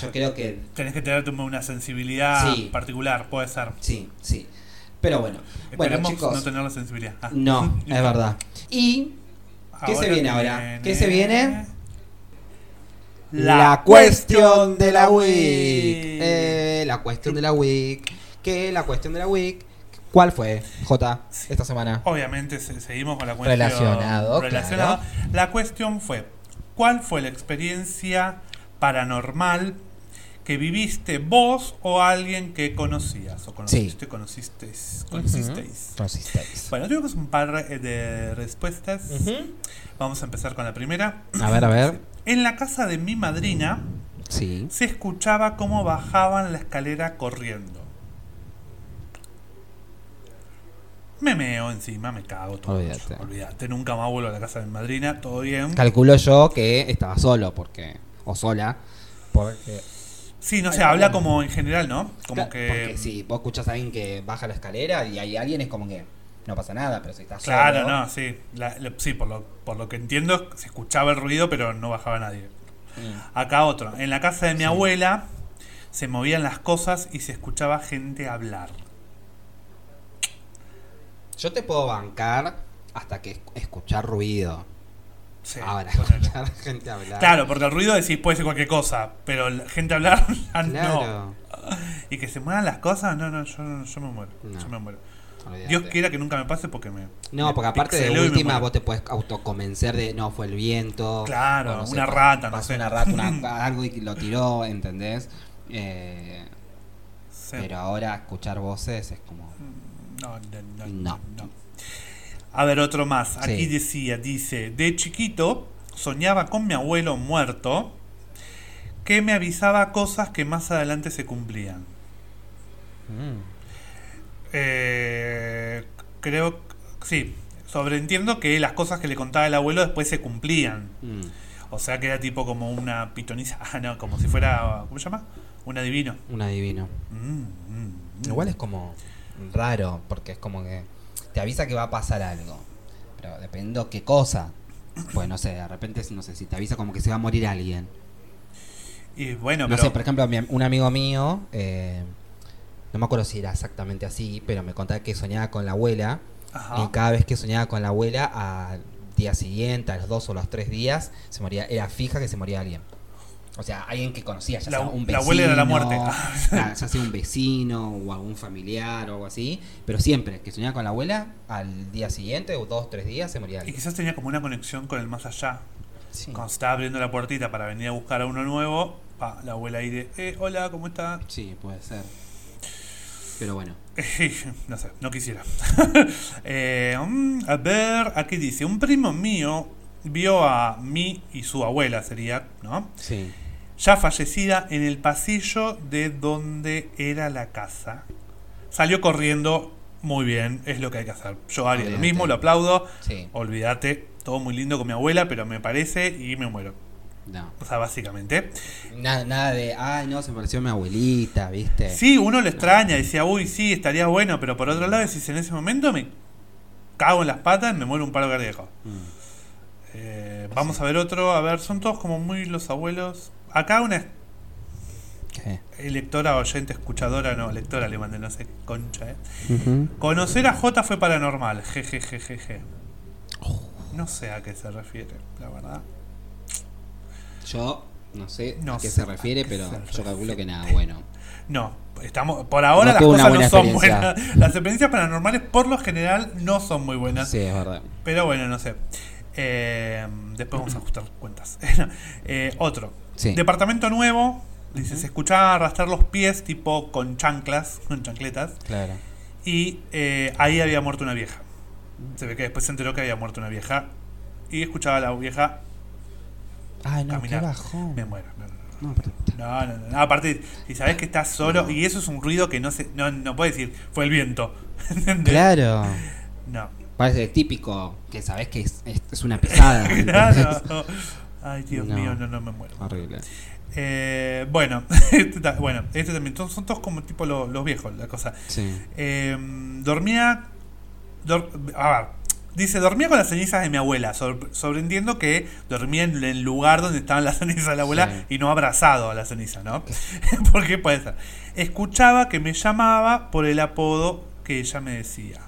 Speaker 1: Yo creo que
Speaker 2: Tenés que tener como una sensibilidad
Speaker 1: Sí.
Speaker 2: particular, puede ser.
Speaker 1: sí, sí. Pero bueno, bueno,
Speaker 2: Esperemos
Speaker 1: chicos.
Speaker 2: no tener la sensibilidad. Ah.
Speaker 1: [LAUGHS] No,
Speaker 2: [LAUGHS]
Speaker 1: es verdad. Y ¿qué se viene ahora? ¿Qué se viene? la cuestión de la week. Eh, la cuestión de la week. ¿Qué? La cuestión de la week. ¿Cuál fue, J, esta semana?
Speaker 2: Obviamente se- seguimos con la cuestión
Speaker 1: Relacionado,
Speaker 2: relacionado. La cuestión fue, ¿cuál fue la experiencia paranormal que viviste vos o alguien que conocías? O conociste, conocisteis, conocisteis.
Speaker 1: Consisteis.
Speaker 2: Bueno, tenemos un par eh, de respuestas.
Speaker 1: Ujú.
Speaker 2: Vamos a empezar con la primera.
Speaker 1: A ver, a ver.
Speaker 2: En la casa de mi madrina
Speaker 1: Sí.
Speaker 2: se escuchaba cómo bajaban la escalera corriendo. Me meo encima, me cago todo.
Speaker 1: Olvídate.
Speaker 2: Olvídate, nunca más vuelvo a la casa de mi madrina, todo bien.
Speaker 1: Calculo yo que estaba solo, porque. O sola. Porque.
Speaker 2: Sí, no sé, habla como en general, ¿no? Como
Speaker 1: Claro,
Speaker 2: que.
Speaker 1: Porque si vos escuchás a alguien que baja la escalera y hay alguien, es como que no pasa nada, pero si estás
Speaker 2: Claro,
Speaker 1: solo-
Speaker 2: no, sí. La- la- sí, por lo, por lo que entiendo, se escuchaba el ruido, pero no bajaba nadie.
Speaker 1: Mm.
Speaker 2: Acá otro. En la casa de mi abuela se movían las cosas y se escuchaba gente hablar.
Speaker 1: Yo te puedo bancar hasta que esc- escuchar ruido.
Speaker 2: Sí,
Speaker 1: Ahora,
Speaker 2: ponele.
Speaker 1: escuchar [LAUGHS] gente hablar.
Speaker 2: Claro, porque el ruido decís puede ser cualquier cosa, pero la gente hablar [LAUGHS] ah, no.
Speaker 1: Claro.
Speaker 2: Y que se muevan las cosas, no, no, yo, no- yo me muero.
Speaker 1: No.
Speaker 2: Yo me muero.
Speaker 1: Olvídate.
Speaker 2: Dios quiera que nunca me pase porque me. me
Speaker 1: No, porque aparte de
Speaker 2: pixeleo y me
Speaker 1: última,
Speaker 2: muero.
Speaker 1: vos te puedes autoconvencer de no, fue el viento.
Speaker 2: Claro,
Speaker 1: o no sé,
Speaker 2: una
Speaker 1: pas-
Speaker 2: rata, no
Speaker 1: pasó
Speaker 2: sé.
Speaker 1: una rata,
Speaker 2: [LAUGHS]
Speaker 1: una- algo y lo tiró, ¿entendés? Eh,
Speaker 2: Sí.
Speaker 1: Pero ahora escuchar voces es como.
Speaker 2: No, no, no,
Speaker 1: No.
Speaker 2: no. A ver, otro más. Aquí
Speaker 1: Sí.
Speaker 2: decía, dice, de chiquito soñaba con mi abuelo muerto que me avisaba cosas que más adelante se cumplían.
Speaker 1: mm,
Speaker 2: Eh, creo, sí, sobreentiendo que las cosas que le contaba el abuelo después se cumplían.
Speaker 1: Mm.
Speaker 2: O sea que era tipo como una pitoniza, [LAUGHS] ah, no, como si fuera, ¿cómo se llama? Un adivino.
Speaker 1: Un adivino.
Speaker 2: Mm, mm, mm.
Speaker 1: Igual es como raro, porque es como que te avisa que va a pasar algo. Pero dependiendo qué cosa. Pues no sé, de repente, no sé, si te avisa como que se va a morir alguien.
Speaker 2: Y bueno,
Speaker 1: No,
Speaker 2: pero...
Speaker 1: sé, por ejemplo, mi am- un amigo mío, eh, no me acuerdo si era exactamente así, pero me contaba que soñaba con la abuela.
Speaker 2: Ajá.
Speaker 1: Y cada vez que soñaba con la abuela, al día siguiente, a los dos o los tres días, se moría, era fija que se moría alguien. O sea, alguien que conocía, ya
Speaker 2: La-
Speaker 1: sea un vecino.
Speaker 2: la abuela era la muerte.
Speaker 1: [LAUGHS] ya ya sea un vecino o algún familiar o algo así. Pero siempre que soñaba con la abuela, al día siguiente o dos o tres días se moría
Speaker 2: Y
Speaker 1: alguien.
Speaker 2: quizás tenía como una conexión con el más allá.
Speaker 1: Sí.
Speaker 2: Cuando se estaba abriendo la puertita para venir a buscar a uno nuevo, pa, la abuela ahí de, eh, hola, ¿cómo está?
Speaker 1: Sí, puede ser. Pero bueno.
Speaker 2: no sé, no quisiera. [LAUGHS] Eh, mm, a ver, aquí dice, un primo mío vio a mí y su abuela, sería, ¿no?
Speaker 1: Sí.
Speaker 2: ya fallecida, en el pasillo de donde era la casa. Salió corriendo muy bien, es lo que hay que hacer. Yo haría lo
Speaker 1: Olvídate.
Speaker 2: mismo, lo aplaudo.
Speaker 1: Sí,
Speaker 2: Olvídate, todo muy lindo con mi abuela, pero me parece y me muero.
Speaker 1: no.
Speaker 2: O sea, básicamente.
Speaker 1: Nada, nada de, ay, no, se pareció a mi abuelita, ¿viste?
Speaker 2: Sí, uno lo extraña, decía, uy, sí, estaría bueno, pero por otro lado, decís, en ese momento me cago en las patas y me muero un paro cardíaco.
Speaker 1: Mm.
Speaker 2: Eh, vamos a ver otro, a ver, son todos como muy los abuelos. Acá una
Speaker 1: ¿Qué?
Speaker 2: lectora, oyente, escuchadora, no, lectora le mandé, no sé, qué concha, eh. Conocer a J fue paranormal, jejejejeje. No sé a qué se refiere, la verdad.
Speaker 1: Yo no sé
Speaker 2: No
Speaker 1: a qué
Speaker 2: sé
Speaker 1: se
Speaker 2: a
Speaker 1: refiere,
Speaker 2: qué
Speaker 1: pero
Speaker 2: se
Speaker 1: yo
Speaker 2: refiere.
Speaker 1: calculo que nada bueno.
Speaker 2: No, estamos por
Speaker 1: No
Speaker 2: ahora las
Speaker 1: tuve una
Speaker 2: cosas no
Speaker 1: buena
Speaker 2: son
Speaker 1: experiencia.
Speaker 2: buenas. Las experiencias paranormales por lo general no son muy buenas.
Speaker 1: Sí, es verdad.
Speaker 2: Pero bueno, no sé. Eh, después vamos a ajustar cuentas. [LAUGHS] Eh, otro.
Speaker 1: Sí.
Speaker 2: Departamento nuevo. Dice, se escuchaba arrastrar los pies tipo con chanclas, con chancletas.
Speaker 1: Claro.
Speaker 2: Y eh, ahí había muerto una vieja. Se ve que después se enteró que había muerto una vieja. Y escuchaba a la vieja,
Speaker 1: Ay, no,
Speaker 2: Caminar.
Speaker 1: qué bajón.
Speaker 2: me muero. No, no, no.
Speaker 1: No, pero-
Speaker 2: No, no, no, no, Aparte, si sabes que estás solo, y eso es un ruido que no se, no, no puedes decir, fue el viento. [LAUGHS] ¿Entendés?
Speaker 1: Claro.
Speaker 2: No. [LAUGHS]
Speaker 1: Parece típico que sabes que es, es- es una
Speaker 2: [LAUGHS]
Speaker 1: pesada. ¿entendés? [LAUGHS]
Speaker 2: Claro. Ay, Dios
Speaker 1: No.
Speaker 2: mío, no, no me muero.
Speaker 1: Horrible.
Speaker 2: Eh, bueno, [LAUGHS] este ta- bueno, este también. Son, son todos como tipo lo- los viejos, la cosa.
Speaker 1: Sí.
Speaker 2: Eh, dormía. dor- a ver. Dice, dormía con las cenizas de mi abuela. Sor- sobreentiendo que dormía en el lugar donde estaban las [LAUGHS] cenizas de la abuela
Speaker 1: Sí.
Speaker 2: y no abrazado a la ceniza, ¿no? [LAUGHS] Porque puede ser. Escuchaba que me llamaba por el apodo que ella me decía.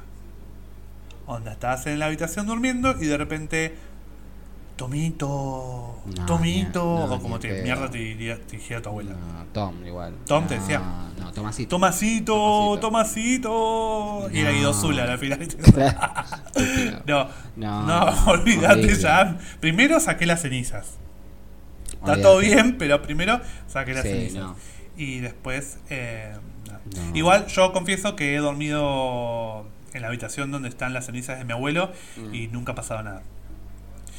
Speaker 2: Onda, estabas en la habitación durmiendo y de repente. Tomito,
Speaker 1: No,
Speaker 2: Tomito,
Speaker 1: ni- no,
Speaker 2: o como
Speaker 1: ni
Speaker 2: te,
Speaker 1: en pedo.
Speaker 2: mierda te diría, te dijera tu abuela.
Speaker 1: No, Tom, igual.
Speaker 2: Tom
Speaker 1: no,
Speaker 2: te decía.
Speaker 1: No, Tomasito.
Speaker 2: Tomacito, Tomacito. Y era
Speaker 1: No.
Speaker 2: Guido Zula al final.
Speaker 1: Claro. [LAUGHS] Estúpido.
Speaker 2: No,
Speaker 1: No,
Speaker 2: no,
Speaker 1: Ah,
Speaker 2: [LAUGHS] olvídate
Speaker 1: horrible.
Speaker 2: ya. Primero saqué las cenizas. Está
Speaker 1: Olvídate.
Speaker 2: todo bien, pero primero saqué las
Speaker 1: Sí,
Speaker 2: cenizas.
Speaker 1: no.
Speaker 2: Y después. eh, nada.
Speaker 1: No.
Speaker 2: Igual yo confieso que he dormido en la habitación donde están las cenizas de mi abuelo y nunca ha pasado nada.
Speaker 1: Mm.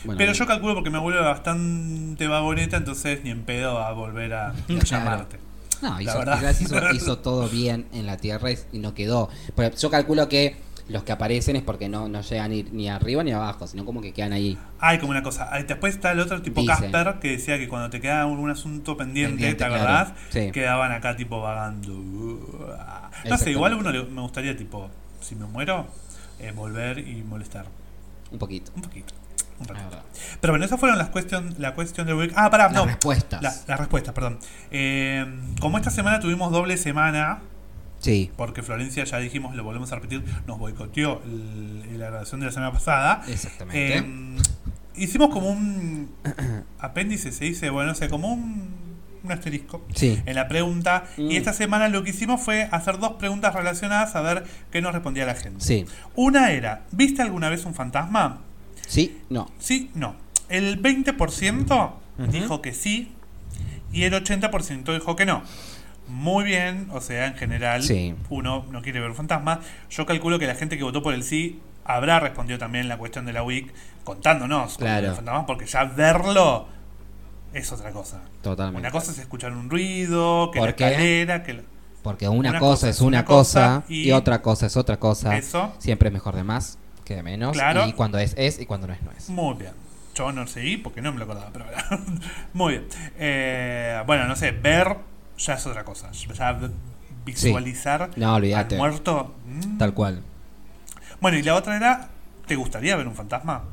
Speaker 1: Bueno,
Speaker 2: pero
Speaker 1: bien.
Speaker 2: yo calculo porque mi abuelo era bastante vagoneta, entonces ni en pedo a
Speaker 1: [LAUGHS]
Speaker 2: volver a
Speaker 1: Claro.
Speaker 2: llamarte.
Speaker 1: No, hizo,
Speaker 2: verdad.
Speaker 1: quizás hizo,
Speaker 2: [LAUGHS]
Speaker 1: hizo todo bien en la Tierra y, y no quedó. Pero yo calculo que los que aparecen es porque no, no llegan ni, ni arriba ni abajo, sino como que quedan ahí.
Speaker 2: Hay como una cosa. Ay, Después está el otro tipo
Speaker 1: Dicen.
Speaker 2: Casper que decía que cuando te queda un, un asunto pendiente,
Speaker 1: Pendiente,
Speaker 2: ¿te
Speaker 1: claro.
Speaker 2: acordás?
Speaker 1: Sí.
Speaker 2: Quedaban acá tipo vagando. No sé,
Speaker 1: Exactamente.
Speaker 2: igual a uno le- me gustaría tipo, si me muero, eh, volver y molestar.
Speaker 1: Un poquito.
Speaker 2: Un poquito. Un
Speaker 1: La
Speaker 2: ratito.
Speaker 1: verdad.
Speaker 2: Pero bueno, esas fueron las cuestión, la cuestión de Ah, pará,
Speaker 1: Ah. Las
Speaker 2: no.
Speaker 1: respuestas.
Speaker 2: La- Las respuestas, perdón. Eh, como esta semana tuvimos doble semana,
Speaker 1: Sí.
Speaker 2: porque Florencia ya dijimos, lo volvemos a repetir, nos boicoteó el- la grabación de la semana pasada.
Speaker 1: Exactamente.
Speaker 2: Ah, Eh, hicimos como un
Speaker 1: [CLEARS THROAT]
Speaker 2: apéndice, se dice, bueno, o sea, como un, un asterisco
Speaker 1: sí.
Speaker 2: en la pregunta. Y
Speaker 1: Mm.
Speaker 2: esta semana lo que hicimos fue hacer dos preguntas relacionadas a ver qué nos respondía la gente.
Speaker 1: Sí.
Speaker 2: Una era, ¿viste alguna vez un fantasma?
Speaker 1: Sí. No.
Speaker 2: Sí, no. El 20%
Speaker 1: Ujú.
Speaker 2: dijo que sí y el 80% dijo que no. Muy bien, o sea, en general
Speaker 1: Sí.
Speaker 2: uno no quiere ver un fantasma. Yo calculo que la gente que votó por el sí habrá respondido también la cuestión de la WIC contándonos con
Speaker 1: Claro.
Speaker 2: el fantasma, porque ya verlo es otra cosa.
Speaker 1: Totalmente.
Speaker 2: Una cosa es escuchar un ruido, que la
Speaker 1: ¿Por qué?
Speaker 2: escalera, que la-
Speaker 1: Porque una, cosa, es una cosa, y... otra cosa es otra cosa.
Speaker 2: eso.
Speaker 1: Siempre es mejor de más que de menos.
Speaker 2: Claro.
Speaker 1: Y cuando es, es y cuando no es, no es.
Speaker 2: Muy bien. Yo no seguí porque no me lo acordaba, pero bueno. [LAUGHS] Muy bien. Eh, bueno, no sé, ver ya es otra cosa. Ya v- visualizar
Speaker 1: No,
Speaker 2: al
Speaker 1: olvídate.
Speaker 2: muerto. mm.
Speaker 1: Tal cual.
Speaker 2: Bueno, y la otra era, ¿te gustaría ver un fantasma?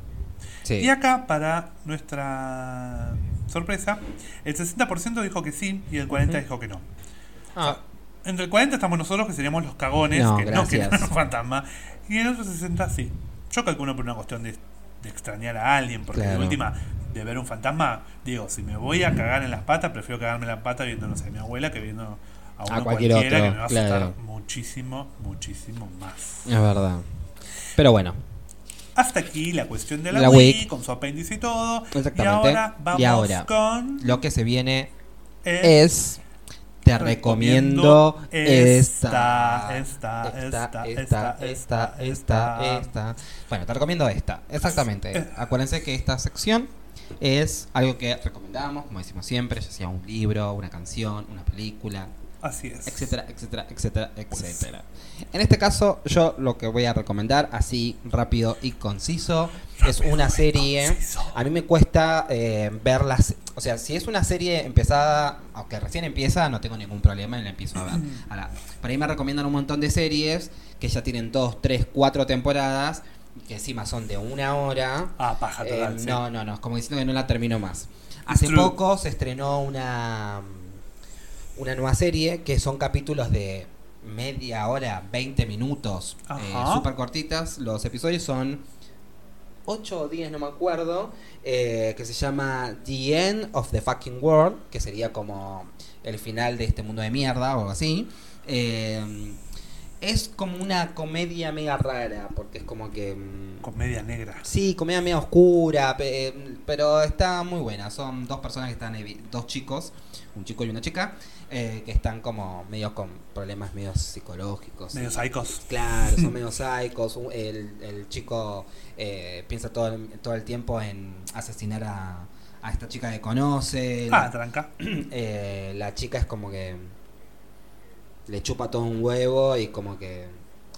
Speaker 1: Sí.
Speaker 2: Y acá, para nuestra sorpresa, el 60% dijo que sí y el 40% dijo que no.
Speaker 1: Ah,
Speaker 2: Entre el 40 estamos nosotros que seríamos los cagones
Speaker 1: No,
Speaker 2: que no
Speaker 1: gracias.
Speaker 2: querían un fantasma. Y el otro 60 sí. Yo calculo por una cuestión de, de extrañar a alguien, porque de
Speaker 1: Claro.
Speaker 2: última, de ver un fantasma, digo, si me voy a cagar en las patas, prefiero cagarme en las patas viendo, no sé, a mi abuela que viendo a uno
Speaker 1: cualquier
Speaker 2: cualquiera que
Speaker 1: otro,
Speaker 2: me va a
Speaker 1: claro.
Speaker 2: asustar muchísimo, muchísimo más.
Speaker 1: es verdad. Pero bueno.
Speaker 2: Hasta aquí la cuestión de la,
Speaker 1: La
Speaker 2: Wii,
Speaker 1: Wii.
Speaker 2: con su apéndice y todo. Y
Speaker 1: Exactamente.
Speaker 2: ahora vamos
Speaker 1: Y ahora,
Speaker 2: con
Speaker 1: Lo que se viene
Speaker 2: el-
Speaker 1: es. Te recomiendo esta.
Speaker 2: esta, esta, esta,
Speaker 1: Esta, esta, esta, eh. esta, esta. Bueno, te recomiendo esta. Exactamente. Acuérdense que esta sección es algo que recomendamos, como decimos siempre, ya sea un libro, una canción, una película,
Speaker 2: Así es.
Speaker 1: etcétera, etcétera, etcétera, etcétera. En este caso, yo lo que voy a recomendar, así rápido y conciso, es
Speaker 2: Rápido
Speaker 1: una
Speaker 2: y
Speaker 1: serie. Ah,
Speaker 2: conciso.
Speaker 1: A mí me cuesta eh, verlas. O sea, si es una serie empezada, aunque recién empieza, no tengo ningún problema y la empiezo a ver. Ahora, por ahí me recomiendan un montón de series que ya tienen dos, tres, cuatro temporadas, que encima son de una hora.
Speaker 2: Ah, paja
Speaker 1: Eh,
Speaker 2: total. sí.
Speaker 1: no, no, no, es como diciendo que no la termino más. Hace
Speaker 2: True.
Speaker 1: poco se estrenó una una nueva serie que son capítulos de media hora, 20 minutos, eh,
Speaker 2: Ajá.
Speaker 1: súper cortitas. Los episodios son 8 o 10, no me acuerdo, eh, que se llama The End of the Fucking World, que sería como el final de este mundo de mierda o algo así. Eh, es como una comedia mega rara, porque es como que... mm,
Speaker 2: Comedia negra.
Speaker 1: Sí, comedia media oscura, pe- eh, pero está muy buena. Son dos personas que están, evi- dos chicos, un chico y una chica, eh, que están como medio con problemas medio psicológicos.
Speaker 2: Medio
Speaker 1: y-
Speaker 2: psychos.
Speaker 1: Claro,
Speaker 2: [LAUGHS]
Speaker 1: son medio psicos. un- El, el chico eh, piensa todo el, todo el tiempo en asesinar a, a esta chica que conoce.
Speaker 2: Ah, tranca.
Speaker 1: Eh, la chica es como que le chupa todo un huevo y como que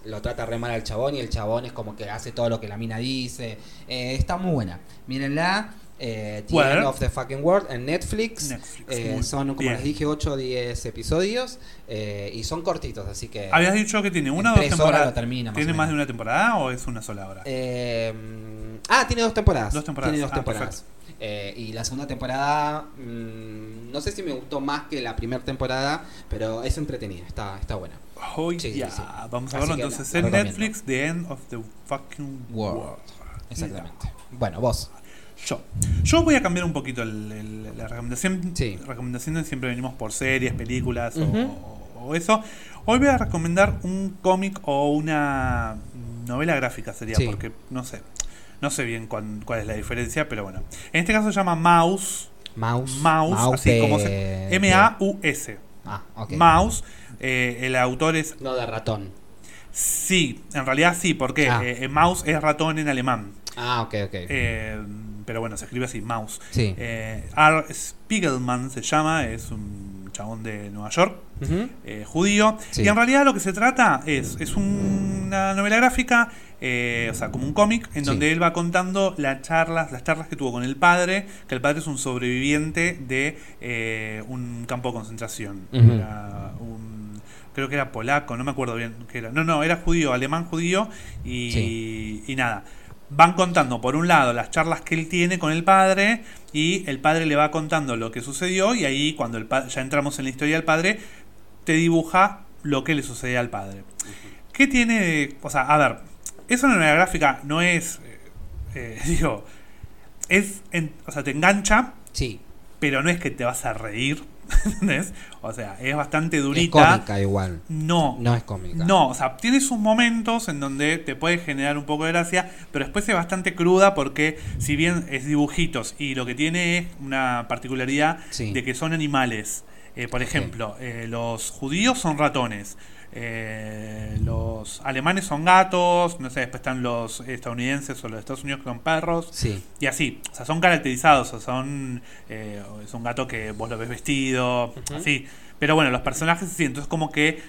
Speaker 1: lo trata re mal al chabón y el chabón es como que hace todo lo que la mina dice. Eh, está muy buena. Mírenla. Eh, The
Speaker 2: Bueno.
Speaker 1: End of the Fucking World en Netflix.
Speaker 2: Netflix,
Speaker 1: Eh,
Speaker 2: muy
Speaker 1: son, como
Speaker 2: bien.
Speaker 1: les dije, 8 o 10 episodios eh, y son cortitos, así que...
Speaker 2: Habías dicho que tiene una
Speaker 1: en
Speaker 2: o dos
Speaker 1: tres horas
Speaker 2: temporadas.
Speaker 1: lo termina, más
Speaker 2: ¿Tiene
Speaker 1: o
Speaker 2: más de
Speaker 1: menos.
Speaker 2: una temporada o es una sola hora?
Speaker 1: Eh, ah, tiene dos temporadas.
Speaker 2: Dos temporadas.
Speaker 1: Tiene dos
Speaker 2: Ah,
Speaker 1: temporadas. Eh, y la segunda temporada, mm, no sé si me gustó más que la primera temporada, pero es entretenida, está, está buena.
Speaker 2: Oh,
Speaker 1: sí, sí,
Speaker 2: yeah.
Speaker 1: sí.
Speaker 2: Vamos a
Speaker 1: Así
Speaker 2: verlo
Speaker 1: que la-
Speaker 2: entonces
Speaker 1: la
Speaker 2: en
Speaker 1: recomiendo.
Speaker 2: Netflix, The End of the Fucking
Speaker 1: World.
Speaker 2: World.
Speaker 1: Exactamente. Bueno, vos.
Speaker 2: Yo. Yo voy a cambiar un poquito el- el- la recomendación.
Speaker 1: Sí.
Speaker 2: Recomendaciones siempre venimos por series, películas o-
Speaker 1: Ujú.
Speaker 2: o, eso. Hoy voy a recomendar un cómic o una novela gráfica sería,
Speaker 1: Sí.
Speaker 2: porque no sé. No sé bien cuán- cuál es la diferencia, pero bueno. En este caso se llama Mouse.
Speaker 1: Mouse.
Speaker 2: Mouse, así
Speaker 1: de-
Speaker 2: como se.
Speaker 1: de-
Speaker 2: M-A-U-S.
Speaker 1: Ah, Eh, ok.
Speaker 2: Mouse. Eh, el autor es
Speaker 1: No de ratón.
Speaker 2: Sí, en realidad sí, porque
Speaker 1: Ah.
Speaker 2: eh, mouse es ratón en alemán.
Speaker 1: Ah, ok, ok.
Speaker 2: Eh, pero bueno, se escribe así, mouse.
Speaker 1: sí.
Speaker 2: Eh, R. Spiegelman se llama, es un chabón de Nueva York,
Speaker 1: Ujú.
Speaker 2: eh, judío.
Speaker 1: Sí.
Speaker 2: Y en realidad lo que se trata es, es un- una novela gráfica, eh, o sea, como un cómic, en
Speaker 1: Sí.
Speaker 2: donde él va contando las charlas, las charlas que tuvo con el padre, que el padre es un sobreviviente de eh, un campo de concentración.
Speaker 1: Ujú.
Speaker 2: Era un- creo que era polaco, no me acuerdo bien qué era. No, no, era judío, alemán judío, y, y nada. Van contando, por un lado, las charlas que él tiene con el padre, y el padre le va contando lo que sucedió, y ahí cuando el pa- ya entramos en la historia del padre, te dibuja lo que le sucede al padre. ¿Qué tiene de.? O sea, a ver, es una novela gráfica, no es. eh, [LAUGHS] eh, digo. Es. en- o sea, te engancha,
Speaker 1: Sí.
Speaker 2: pero no es que te vas a reír. [LAUGHS] ¿Entendés? O sea, es bastante
Speaker 1: Es
Speaker 2: durita.
Speaker 1: cómica igual.
Speaker 2: no.
Speaker 1: No es cómica.
Speaker 2: No, o sea, tiene sus momentos en donde te puede generar un poco de gracia, pero después es bastante cruda porque si bien es dibujitos y lo que tiene es una particularidad
Speaker 1: Sí.
Speaker 2: de que son animales. Eh, por ejemplo, eh, los judíos son ratones, eh, los alemanes son gatos, no sé, después están los estadounidenses o los de Estados Unidos que son perros.
Speaker 1: Sí.
Speaker 2: Y así, o sea, son caracterizados, o son. eh, es un gato que vos lo ves vestido, así. Pero bueno, los personajes sí, entonces como que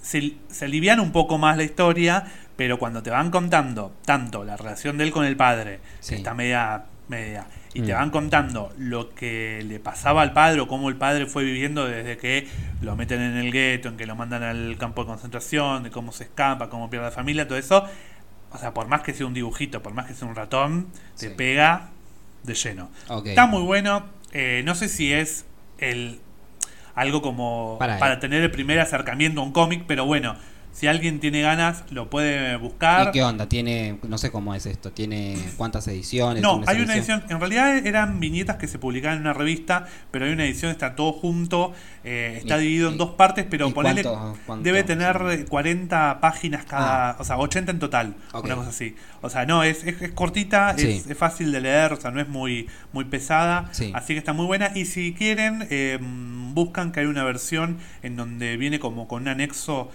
Speaker 2: se, se alivian un poco más la historia, pero cuando te van contando tanto la relación de él con el padre,
Speaker 1: Sí.
Speaker 2: que está media. media y te
Speaker 1: Mm.
Speaker 2: van contando lo que le pasaba al padre o cómo el padre fue viviendo desde que lo meten en el gueto, en que lo mandan al campo de concentración, de cómo se escapa, cómo pierde la familia, todo eso. O sea, por más que sea un dibujito, por más que sea un ratón, te
Speaker 1: Sí.
Speaker 2: pega de lleno.
Speaker 1: Ok.
Speaker 2: Está muy bueno. eh, no sé si es el algo como
Speaker 1: Para
Speaker 2: para,
Speaker 1: él.
Speaker 2: tener el primer acercamiento a un cómic, pero bueno, si alguien tiene ganas, lo puede buscar.
Speaker 1: ¿Y qué onda? Tiene, no sé cómo es esto, tiene cuántas ediciones.
Speaker 2: No, hay una edición. En realidad eran viñetas que se publicaban en una revista, pero hay una edición, está todo junto, eh, está
Speaker 1: ¿Y-
Speaker 2: dividido
Speaker 1: y-
Speaker 2: en dos partes, pero
Speaker 1: ¿y
Speaker 2: ponele.
Speaker 1: cuánto- cuánto? Ah.
Speaker 2: Debe tener eh, 40 páginas cada. O sea, 80 en total,
Speaker 1: Ok.
Speaker 2: una cosa así. O sea, no, es, es, es cortita,
Speaker 1: Sí.
Speaker 2: es- es, fácil de leer, o sea, no es muy, muy pesada.
Speaker 1: Sí.
Speaker 2: Así que está muy buena. Y si em, quieren, eh, buscan que hay una versión en donde viene como con un anexo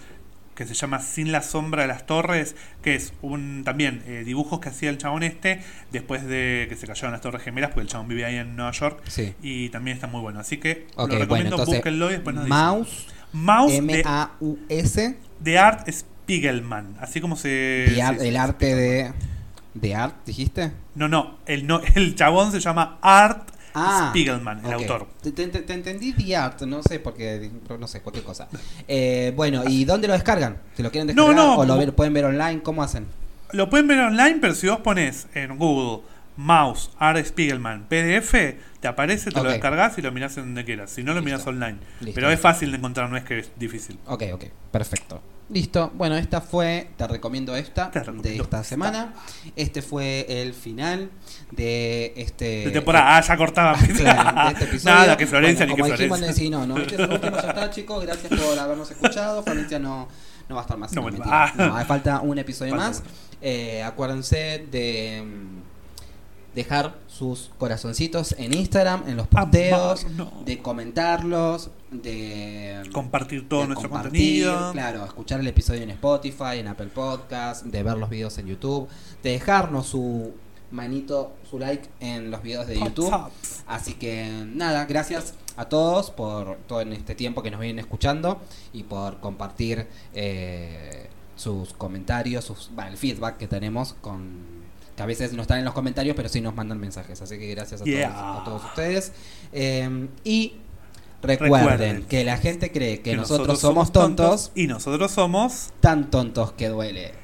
Speaker 2: que se llama Sin la sombra de las torres, que es un también eh, dibujos que hacía el chabón este después de que se cayeron las torres gemelas, porque el chabón vivía ahí en Nueva York.
Speaker 1: Sí.
Speaker 2: Y también está muy bueno. Así que
Speaker 1: Ok,
Speaker 2: lo
Speaker 1: bueno,
Speaker 2: recomiendo,
Speaker 1: entonces,
Speaker 2: búsquenlo y después nos dicen.
Speaker 1: Mouse,
Speaker 2: Mouse
Speaker 1: E.
Speaker 2: eh, de, Eh,
Speaker 1: M-A-U-S,
Speaker 2: de Art Spiegelman. Así como se.
Speaker 1: de ar-
Speaker 2: se-
Speaker 1: el arte de... ¿De art, dijiste?
Speaker 2: No, no el, no. [LAUGHS] el chabón se llama Art Spiegelman, el
Speaker 1: Ah, ok.
Speaker 2: autor.
Speaker 1: Te, te- te entendí The Art, no sé, porque no sé, cualquier cosa. Eh, bueno, ¿y dónde lo descargan? ¿Se lo quieren
Speaker 2: No,
Speaker 1: descargar
Speaker 2: no,
Speaker 1: o lo
Speaker 2: como-
Speaker 1: ver- pueden ver online? ¿Cómo hacen?
Speaker 2: Lo pueden ver online, pero si vos pones en Google Mouse Art Spiegelman PDF, te aparece, te lo
Speaker 1: Ok.
Speaker 2: descargas y lo mirás en donde quieras. Si no, lo mirás
Speaker 1: Listo.
Speaker 2: online.
Speaker 1: Listo.
Speaker 2: Pero es fácil de encontrar, no es que es difícil.
Speaker 1: Ok, ok, perfecto. Listo, bueno, esta fue, te recomiendo esta
Speaker 2: Te recomiendo
Speaker 1: de esta
Speaker 2: esta.
Speaker 1: semana. Este fue el final de este...
Speaker 2: de temporada, ah, ya cortaba.
Speaker 1: [LAUGHS] Claro,
Speaker 2: [LAUGHS]
Speaker 1: de este episodio.
Speaker 2: Nada, que Florencia
Speaker 1: Bueno,
Speaker 2: ni que
Speaker 1: como dijimos,
Speaker 2: Florencia.
Speaker 1: no, no, este es el último ya está, chicos. Gracias por habernos escuchado. Florencia no, no va a estar más.
Speaker 2: No,
Speaker 1: No,
Speaker 2: bueno,
Speaker 1: mentira.
Speaker 2: ah.
Speaker 1: No, hace falta un episodio
Speaker 2: Falta
Speaker 1: más.
Speaker 2: uno.
Speaker 1: Eh, acuérdense de mm, dejar sus corazoncitos en Instagram, en los posteos,
Speaker 2: Amar, Ah, no.
Speaker 1: de comentarlos, de
Speaker 2: Compartir todo
Speaker 1: de
Speaker 2: nuestro
Speaker 1: compartir,
Speaker 2: contenido.
Speaker 1: Claro, escuchar el episodio en Spotify, en Apple Podcast, de ver los videos en YouTube, de dejarnos su manito, su like en los videos de
Speaker 2: Pop,
Speaker 1: YouTube.
Speaker 2: tops.
Speaker 1: Así que nada, gracias a todos por todo en este tiempo que nos vienen escuchando y por compartir eh, sus comentarios, sus, bueno, el feedback que tenemos con que a veces no están en los comentarios, pero sí nos mandan mensajes. Así que gracias a,
Speaker 2: Yeah.
Speaker 1: todos, a todos ustedes. Eh, y recuerden,
Speaker 2: Recuerden
Speaker 1: que la gente cree que, nosotros, somos tontos,
Speaker 2: y nosotros somos
Speaker 1: tan tontos que duele.